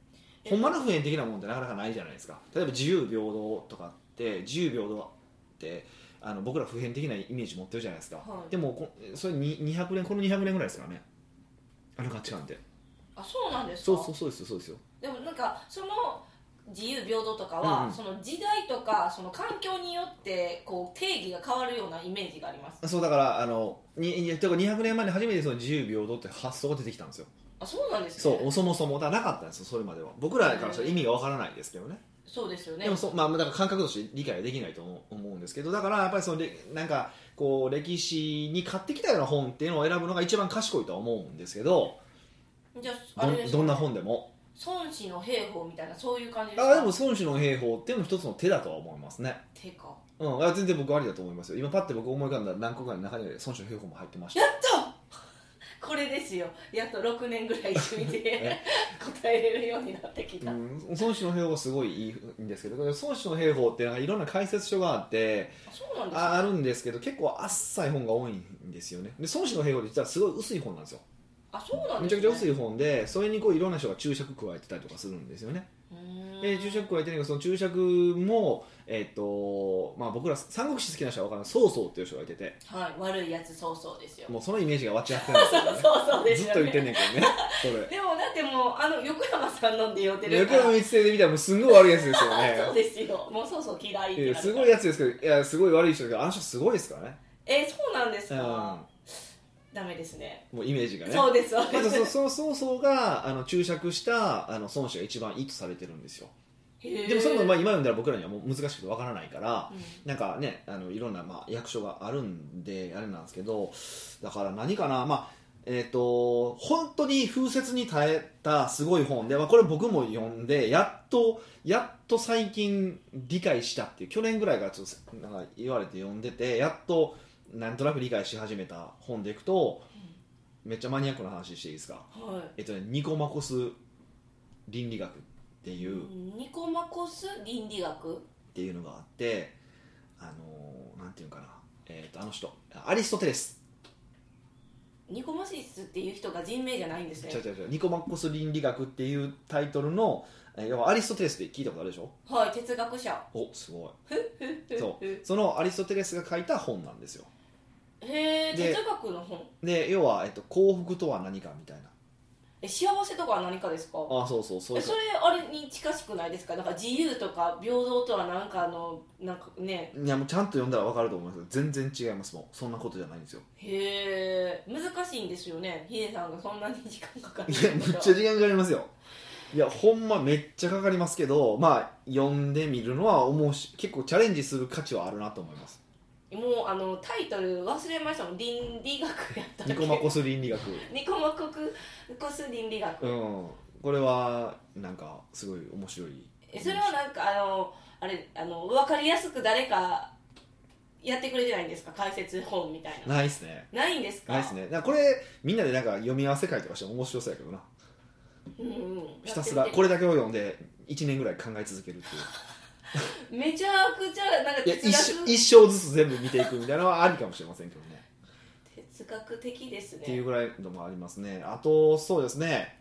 [SPEAKER 2] え
[SPEAKER 1] ほんまの普遍的なもんってなかなかないじゃないですか例えば自由平等とかって自由平等ってあの僕ら普遍的なイメージ持ってるじゃないですか、
[SPEAKER 2] はい
[SPEAKER 1] でもこそれに200年この200年ぐらいですからねあの価値観って
[SPEAKER 2] あそうなんですか
[SPEAKER 1] そうそうそうですよそうですよ
[SPEAKER 2] でもなんかその自由平等とかは、
[SPEAKER 1] うんうん
[SPEAKER 2] その時代とかその環境によってこう定義が変わるようなイメージがあります
[SPEAKER 1] そうだからあのににてか200年前に初めてその自由平等って発想が出てきたんですよ
[SPEAKER 2] あそうなんですね
[SPEAKER 1] そうそもそもだからなかったんですよそれまでは僕らからしたら意味がわからないですけどね
[SPEAKER 2] そうですよね
[SPEAKER 1] でもそ、まあ、だから感覚として理解はできないと思う思うんですけどだからやっぱりそのれなんかこう歴史に買ってきたような本っていうのを選ぶのが一番賢いとは思うんですけど
[SPEAKER 2] じゃあ
[SPEAKER 1] ど
[SPEAKER 2] あ
[SPEAKER 1] ん
[SPEAKER 2] れです
[SPEAKER 1] どんな
[SPEAKER 2] か
[SPEAKER 1] 本でも
[SPEAKER 2] 孫子の兵法みたいなそういう感じですか
[SPEAKER 1] あでも孫子の兵法っていうのも一つの手だとは思いますね、
[SPEAKER 2] てか
[SPEAKER 1] うん、あ全然僕ありだと思いますよ今パッて僕思い浮かんだ何個かの中に孫子の兵法も入ってました
[SPEAKER 2] やっと *laughs* これですよやっと6年ぐらい一緒
[SPEAKER 1] *laughs*
[SPEAKER 2] にで答えれるようになってきた、
[SPEAKER 1] うん、孫子の兵法はすごいいいんですけど孫子の兵法ってなんかいろんな解説書があって
[SPEAKER 2] あそうなんです
[SPEAKER 1] あ
[SPEAKER 2] か
[SPEAKER 1] あるんですけど結構あっさい本が多いんですよねで孫子の兵法って実はすごい薄い本なんですよ
[SPEAKER 2] あそうなん
[SPEAKER 1] め
[SPEAKER 2] で
[SPEAKER 1] ち
[SPEAKER 2] す
[SPEAKER 1] ゃ
[SPEAKER 2] ね
[SPEAKER 1] くちゃ薄い本でそれにこういろんな人が注釈加えてたりとかするんですよね、
[SPEAKER 2] うーん
[SPEAKER 1] で注釈加えてるけどその注釈も、えっとまあ、僕ら三国志好きな人は分からない曹操っていう人がいてて
[SPEAKER 2] はい悪いやつそうそうですよ、
[SPEAKER 1] もうそのイメージがわちゃってるんですよ、ね
[SPEAKER 2] *laughs* そうそうです
[SPEAKER 1] ず
[SPEAKER 2] よ、
[SPEAKER 1] っ
[SPEAKER 2] ね、
[SPEAKER 1] と言ってんねんけどねそれ
[SPEAKER 2] でもだってもうあの横山さん飲んで酔ってる
[SPEAKER 1] 横
[SPEAKER 2] から
[SPEAKER 1] 山光世で見たらもうすんごい悪いやつですよ
[SPEAKER 2] *laughs* そう
[SPEAKER 1] ね
[SPEAKER 2] ですよもうそうそう嫌いっ
[SPEAKER 1] い
[SPEAKER 2] て
[SPEAKER 1] や
[SPEAKER 2] なる
[SPEAKER 1] すごいやつですけどいやすごい悪い人だけどあの人すごいですからね、
[SPEAKER 2] えそうなんです
[SPEAKER 1] うん、
[SPEAKER 2] か、ダメですね
[SPEAKER 1] もうイメージがね
[SPEAKER 2] そうですそう
[SPEAKER 1] ま
[SPEAKER 2] で
[SPEAKER 1] ず
[SPEAKER 2] す
[SPEAKER 1] そその曹操があの注釈したあの孫子が一番いいとされてるんですよで
[SPEAKER 2] で
[SPEAKER 1] もそれもま
[SPEAKER 2] 前
[SPEAKER 1] あ今読んだら僕らにはもう難しくてわからないから、
[SPEAKER 2] うん
[SPEAKER 1] なんかねあのいろんなまあ役所があるんであれなんですけどだから何かなまあえっ、と本当に風雪に耐えたすごい本で、まあ、これ僕も読んでやっとやっと最近理解したっていう去年ぐらいからちょっとなんか言われて読んでてやっとなんとなく理解し始めた本でいくと、めっちゃマニアックな話していいですか
[SPEAKER 2] は
[SPEAKER 1] えっとねニコマコス倫理学って
[SPEAKER 2] い
[SPEAKER 1] いう、
[SPEAKER 2] ニコマコス倫理学
[SPEAKER 1] っていうのがあってあのーなんていうのかな、えー、とあの人アリストテレス、
[SPEAKER 2] ニコマシスっていう人が人名じゃないんですね
[SPEAKER 1] 違う違う違うニコマッコス倫理学っていうタイトルの、えー要はアリストテレスって聞いたことあるでしょ
[SPEAKER 2] はい哲学者
[SPEAKER 1] おすごいそうそのアリストテレスが書いた本なんですよ
[SPEAKER 2] へえ
[SPEAKER 1] で
[SPEAKER 2] 哲学の本
[SPEAKER 1] で要は、えっと幸福とは何かみたいな
[SPEAKER 2] え幸せとかは何かですか
[SPEAKER 1] あそうそうそうい
[SPEAKER 2] え
[SPEAKER 1] う
[SPEAKER 2] それあれに近しくないですかなんか自由とか平等とはなんかあのなんかね
[SPEAKER 1] いやもうちゃんと読んだら分かると思います全然違いますもんそんなことじゃないんですよ
[SPEAKER 2] へえ難しいんですよねヒデさんがそんなに時間かかる
[SPEAKER 1] いやめっちゃ時間かかりますよいやほんまめっちゃかかりますけどまあ読んでみるのは思うし結構チャレンジする価値はあるなと思います
[SPEAKER 2] もうあのタイトル忘れましたもん倫理学やったっけ
[SPEAKER 1] ニコマコス倫理学
[SPEAKER 2] ニコマコクコス倫理学、
[SPEAKER 1] うんこれはなんかすごい面白い
[SPEAKER 2] えそれはなんかあのあれあの分かりやすく誰かやってくれてないんですか解説本みたいな
[SPEAKER 1] ないっすね
[SPEAKER 2] ないんですか
[SPEAKER 1] ないっすねなんかこれみんなでなんか読み合わせ会とかしても面白そうやけどな
[SPEAKER 2] うんうん、
[SPEAKER 1] ひたすらこ
[SPEAKER 2] れ
[SPEAKER 1] れだけを読んで1年ぐらい考え続けるっていう
[SPEAKER 2] めちゃくちゃなんか
[SPEAKER 1] いや
[SPEAKER 2] 哲
[SPEAKER 1] 一生
[SPEAKER 2] 学
[SPEAKER 1] 一生ずつ全部見ていくみたいなのはありかもしれませんけどね
[SPEAKER 2] 哲学的ですね
[SPEAKER 1] っていうぐらいのもありますねあとそうですね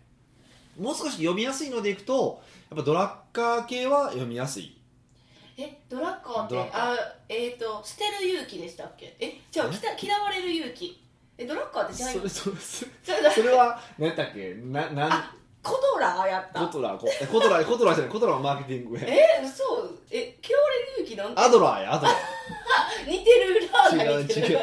[SPEAKER 1] もう少し読みやすいのでいくとやっぱドラッカー系は読みやすい
[SPEAKER 2] えドラッカーって
[SPEAKER 1] ドラッカー
[SPEAKER 2] あえっ、と捨てる勇気でしたっけえじゃあ
[SPEAKER 1] え
[SPEAKER 2] きた嫌われる勇気えドラッカーってじゃない
[SPEAKER 1] それそれそれ
[SPEAKER 2] それだ
[SPEAKER 1] それは何だっけななん
[SPEAKER 2] あコトラやった
[SPEAKER 1] コトラコえコトラコトラじゃないコトラはマーケティングや
[SPEAKER 2] えそうえ嫌われる勇気なんて
[SPEAKER 1] アドラーやアドラ
[SPEAKER 2] 似てるラ
[SPEAKER 1] ー
[SPEAKER 2] ーが
[SPEAKER 1] 違う
[SPEAKER 2] 似て
[SPEAKER 1] 違
[SPEAKER 2] る
[SPEAKER 1] う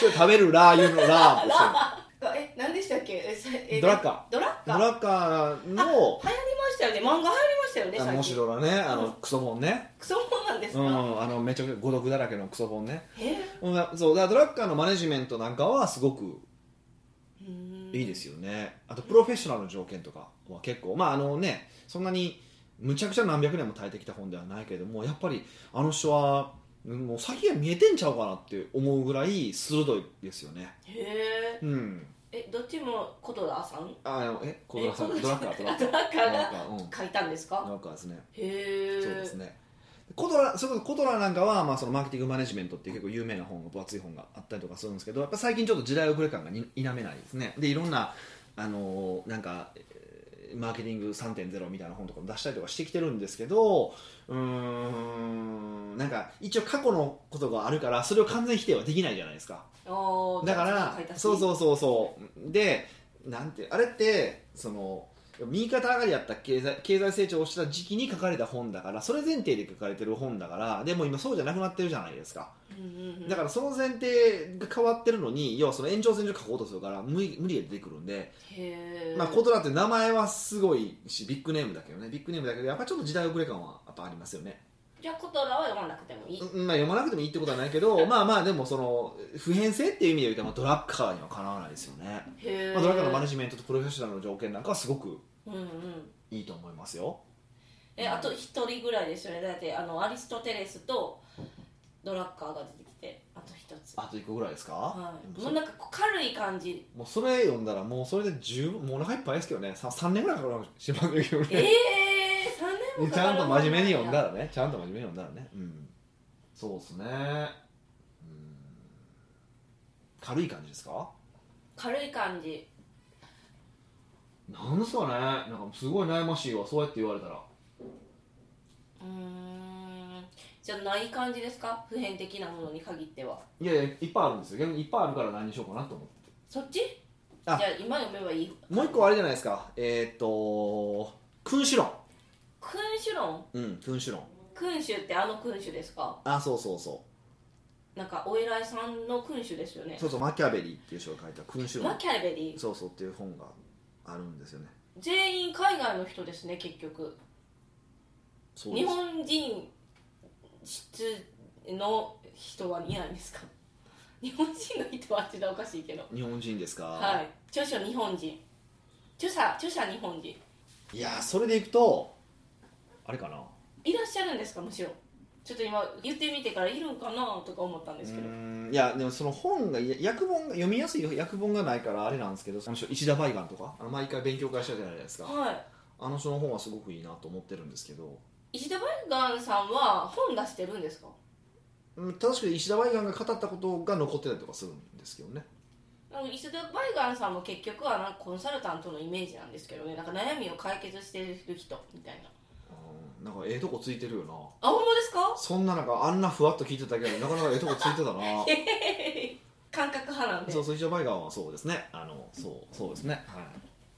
[SPEAKER 1] それ食べるラー油のラーも
[SPEAKER 2] あえ何でしたっけえさえ
[SPEAKER 1] ドラッカ
[SPEAKER 2] ドラッ
[SPEAKER 1] ド
[SPEAKER 2] カー流行り
[SPEAKER 1] ラッカーの
[SPEAKER 2] ましたよね漫画流行りましたよね
[SPEAKER 1] あの
[SPEAKER 2] 最
[SPEAKER 1] 面
[SPEAKER 2] 近
[SPEAKER 1] 白いねあ
[SPEAKER 2] う
[SPEAKER 1] の
[SPEAKER 2] ん
[SPEAKER 1] クソ本ね
[SPEAKER 2] クソもんなんです
[SPEAKER 1] う
[SPEAKER 2] か、
[SPEAKER 1] んあのめちゃくちゃ誤読だらけのクソ本ね
[SPEAKER 2] え
[SPEAKER 1] うんそうだからドラッカーのマネジメントなんかはすごくいいですすよねあとプロフェッショナルの条件とかは結構まああのねそんなにむちゃくちゃ何百年も耐えてきた本ではないけれどもやっぱりあの人はうんもう先が見えてんちゃうかなって思うぐらい鋭いですよね
[SPEAKER 2] へえ
[SPEAKER 1] うん
[SPEAKER 2] えどっちもコトラさん
[SPEAKER 1] ああのえ小倉さ
[SPEAKER 2] え
[SPEAKER 1] んドラッカードラッカ
[SPEAKER 2] ド
[SPEAKER 1] ー
[SPEAKER 2] ラッカ
[SPEAKER 1] ドラッ
[SPEAKER 2] ーが
[SPEAKER 1] カーうんド
[SPEAKER 2] 書いたんですか
[SPEAKER 1] ラッカーですね
[SPEAKER 2] へえ
[SPEAKER 1] そうですねコトラそれこそコトラなんかは、まあ、そのマーケティングマネジメントっていう結構有名な本分厚い本があったりとかするんですけどやっぱ最近ちょっと時代遅れ感がに否めないですねでいろんなあのーなんかえーマーケティング3.0みたいな本とかも出したりとかしてきてるんですけどうーんなんか一応過去のことがあるからそれを完全否定はできないじゃないですか
[SPEAKER 2] ああ
[SPEAKER 1] だか
[SPEAKER 2] 書いた
[SPEAKER 1] ら
[SPEAKER 2] し
[SPEAKER 1] そうそうそうそうでなんてあれってその右肩上がりだった経済経済成長をした時期に書かれた本だからそれ前提で書かれてる本だからでも今そうじゃなくなってるじゃないですかだからその前提が変わってるのに要はその延長線上書こうとするから無理無理が出てくるんで、
[SPEAKER 2] へえ
[SPEAKER 1] まあ、コトラって名前はすごいしビッグネームだけどねビッグネームだけどやっぱちょっと時代遅れ感はやっぱありますよね
[SPEAKER 2] じゃあコトラは読まなくてもいい、
[SPEAKER 1] うんまあ、読まなくてもいいってことはないけ *laughs* どまあまあでもその普遍性っていう意味で言うと、まあ、ドラッカーにはかなわないですよね、
[SPEAKER 2] へえ、
[SPEAKER 1] まあ、ドラッカーのマネジメントとプロフェッショナルの条件なんかはすごく
[SPEAKER 2] うんうん
[SPEAKER 1] いいと思いますよ
[SPEAKER 2] えあと一人ぐらいですよねだってあのアリストテレスとドラッカーが出てきてあと一つ
[SPEAKER 1] あと1個ぐらいですか、
[SPEAKER 2] はい、
[SPEAKER 1] も
[SPEAKER 2] も
[SPEAKER 1] う
[SPEAKER 2] うなんかこう軽い感じ
[SPEAKER 1] そもうそれ読んだらもうそれで十分もうお腹いっぱいですけどね 3, 三年ぐらいかかるかもしれませんけど
[SPEAKER 2] え
[SPEAKER 1] ね、
[SPEAKER 2] えー、3年も
[SPEAKER 1] *laughs*
[SPEAKER 2] か
[SPEAKER 1] ち
[SPEAKER 2] かる
[SPEAKER 1] ゃんと真面目に読んだ
[SPEAKER 2] ら
[SPEAKER 1] らねちゃんと真面目に読んだらねうんそうですねうん軽い感じですか
[SPEAKER 2] 軽い感じ
[SPEAKER 1] なんですかねなんかすごい悩ましいわそうやって言われたら
[SPEAKER 2] うーんじゃあない感じですか普遍的なものに限ってはい
[SPEAKER 1] やいやいっぱいあるんですよ逆にいっぱいあるから何にしようかなと思って
[SPEAKER 2] そっちじゃ
[SPEAKER 1] あ
[SPEAKER 2] あ今読めばいい
[SPEAKER 1] もう一個あれじゃないですかえーっと君主論
[SPEAKER 2] 君主論
[SPEAKER 1] うん君主論
[SPEAKER 2] 君主ってあの君主ですか
[SPEAKER 1] あそうそうそ
[SPEAKER 2] なんかお偉いさんの君主ですよね
[SPEAKER 1] うそうそうマキャベリーっていう人が書いた君主
[SPEAKER 2] マ
[SPEAKER 1] 論
[SPEAKER 2] キャベリー
[SPEAKER 1] そうそうっていう本があるんですよね
[SPEAKER 2] 全員海外の人ですね結局
[SPEAKER 1] そう
[SPEAKER 2] 日
[SPEAKER 1] です
[SPEAKER 2] 本人質の人はいないんですか *laughs* 日本人の人はちょっとおかしいけど
[SPEAKER 1] 日本人ですか
[SPEAKER 2] はい著書日本人著者著者日本人
[SPEAKER 1] いやーそれでいくとあれかない
[SPEAKER 2] らっしゃるんですかむしろちょっと今言ってみてからいるんかなとか思ったんですけど
[SPEAKER 1] うーんいやでもその本がいや訳本が読みやすい訳本がないからあれなんですけどあの人石田梅岩とかあの毎回勉強会したじゃないですか
[SPEAKER 2] は
[SPEAKER 1] あの人の本はすごくいいなと思ってるんですけど
[SPEAKER 2] い石田バイガンさんは本出してるんですか
[SPEAKER 1] うん確かに石田梅岩が語ったことが残ってたりとかするんですけどね
[SPEAKER 2] なんか石田バイガンさんも結局はなんかコンサルタントのイメージなんですけどねなんか悩みを解決してる人みたいな
[SPEAKER 1] うんなんかええとこついてるよな
[SPEAKER 2] あほんまですか
[SPEAKER 1] そんな中あんなふわっと聞いてたけどなかなかええとこついてたな
[SPEAKER 2] *laughs* 感覚派なんで
[SPEAKER 1] そうそう石田梅岩はそうですねあのそうそうですね、はい、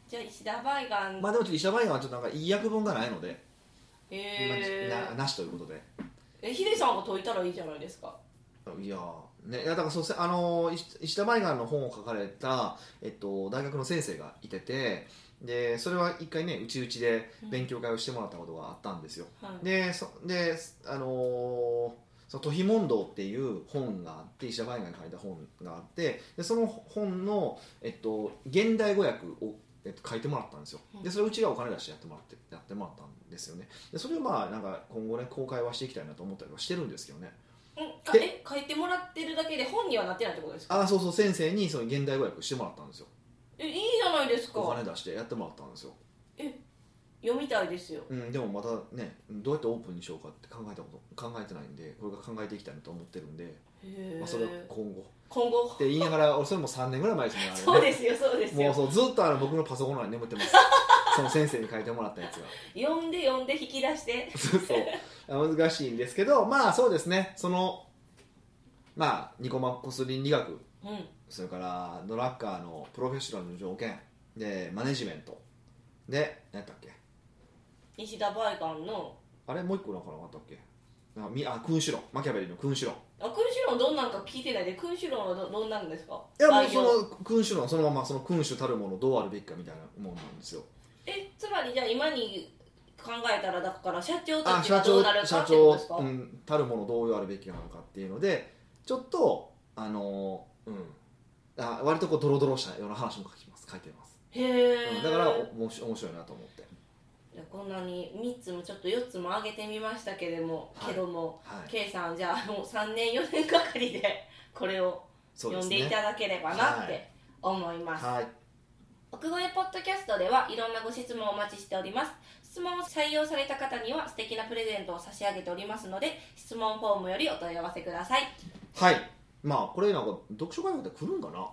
[SPEAKER 2] じゃあ石田バイガン、
[SPEAKER 1] まあでもちょっと石田梅岩はちょっとなんかいい訳本がないので、
[SPEAKER 2] え
[SPEAKER 1] まあな
[SPEAKER 2] ー、
[SPEAKER 1] なしということで
[SPEAKER 2] えヒデさんが解いたらいいじゃないですか
[SPEAKER 1] いやーね、いやだからそうせあのー石石田梅岩の本を書かれた、えっと、大学の先生がいててでそれは一回ねうちうちで勉強会をしてもらったことがあったんですよ、
[SPEAKER 2] はい
[SPEAKER 1] でそであのーその「トヒモンド」っていう本があって石田梅岩が書いた本があってでその本の、えっと、現代語訳を、えっと、書いてもらったんですよでそれをうちがお金出してやってもらってやってもらったんですよねでそれをまあなんか今後ね公開はしていきたいなと思ったりはしてるんですけどね
[SPEAKER 2] うんか
[SPEAKER 1] で
[SPEAKER 2] え書いてもらってるだけで本にはなってないってことですか
[SPEAKER 1] あそうそう先生にその現代語訳してもらったんですよ
[SPEAKER 2] えいいじゃないです
[SPEAKER 1] お
[SPEAKER 2] か
[SPEAKER 1] 金出してやってもらったんですよ、
[SPEAKER 2] 読みたいですよ
[SPEAKER 1] うん、でもまたねどうやってオープンにしようかって考えたこと考えてないんでこれが考えていきたいなと思ってるんで、
[SPEAKER 2] へ
[SPEAKER 1] まあ、それは
[SPEAKER 2] え
[SPEAKER 1] 今後
[SPEAKER 2] 今後
[SPEAKER 1] って言いながら俺それも3年ぐらい前ですねあれね
[SPEAKER 2] そうですよそうです
[SPEAKER 1] もう
[SPEAKER 2] よ
[SPEAKER 1] そうずっとあの僕のパソコンの中に眠ってます
[SPEAKER 2] *laughs*
[SPEAKER 1] その先生に書いてもらったやつが
[SPEAKER 2] 読んで読んで引き出して
[SPEAKER 1] *laughs* そうそう難しいんですけどまあそうですねそのまあニコマコス倫理学
[SPEAKER 2] うん
[SPEAKER 1] それからドラッカーのプロフェッショナルの条件でマネジメントで何やったっけ
[SPEAKER 2] 西田バイガンの
[SPEAKER 1] あれもう一個なんかなかったっけなんかみあ君主論マキャベリーの君主論
[SPEAKER 2] あ君主論どんなんか聞いてないで君主論はどどんなんですか
[SPEAKER 1] いやもう
[SPEAKER 2] 概要
[SPEAKER 1] その君主論そのままその君主たるものどうあるべきかみたいなもんなんですよ
[SPEAKER 2] えつまりじゃあ今に考えたらだから社長た
[SPEAKER 1] あ
[SPEAKER 2] ちは
[SPEAKER 1] 社
[SPEAKER 2] どう
[SPEAKER 1] 長
[SPEAKER 2] なるか
[SPEAKER 1] 社
[SPEAKER 2] ってことですか
[SPEAKER 1] 長、うん、たるものどうあるべきなのかっていうのでちょっとあのーうんあ割とこうドロドロしたような話も書きます書いてます、
[SPEAKER 2] へ
[SPEAKER 1] う
[SPEAKER 2] え
[SPEAKER 1] んだからおもし面白いなと思って
[SPEAKER 2] じゃあこんなに3つもちょっと4つも上げてみましたけれども、
[SPEAKER 1] はい
[SPEAKER 2] けども、
[SPEAKER 1] はい
[SPEAKER 2] K さんじゃあもう3年4年がかりでこれを
[SPEAKER 1] そう
[SPEAKER 2] 読
[SPEAKER 1] です
[SPEAKER 2] ん
[SPEAKER 1] ね
[SPEAKER 2] でいただければなっ
[SPEAKER 1] は
[SPEAKER 2] て
[SPEAKER 1] い
[SPEAKER 2] 思います、
[SPEAKER 1] はい
[SPEAKER 2] 奥越ポッドキャストではいろんなご質問をお待ちしております質問を採用された方には素敵なプレゼントを差し上げておりますので質問フォームよりお問い合わせください
[SPEAKER 1] はいまあこれなんか読書会話で来るんかな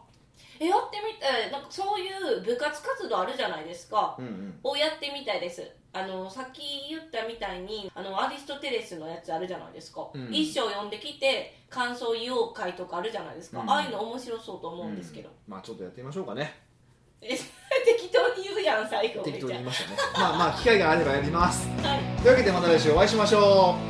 [SPEAKER 2] えやってみてなんかそういう部活活動あるじゃないですか
[SPEAKER 1] うんうん
[SPEAKER 2] をやってみたいですあのさっき言ったみたいにあのアリストテレスのやつあるじゃないですか、
[SPEAKER 1] うん
[SPEAKER 2] 一章読んできて感想言おう会とかあるじゃないですか、
[SPEAKER 1] うん
[SPEAKER 2] ああいうの面白そうと思うんですけど、 *laughs*
[SPEAKER 1] まあちょっとやってみましょうかね
[SPEAKER 2] え適当に言うくやん最後め
[SPEAKER 1] 適
[SPEAKER 2] ち
[SPEAKER 1] 当に
[SPEAKER 2] ゃ
[SPEAKER 1] 言いましたねまあまあ機会があればやります
[SPEAKER 2] はい
[SPEAKER 1] というわけでまた来週お会いしましょう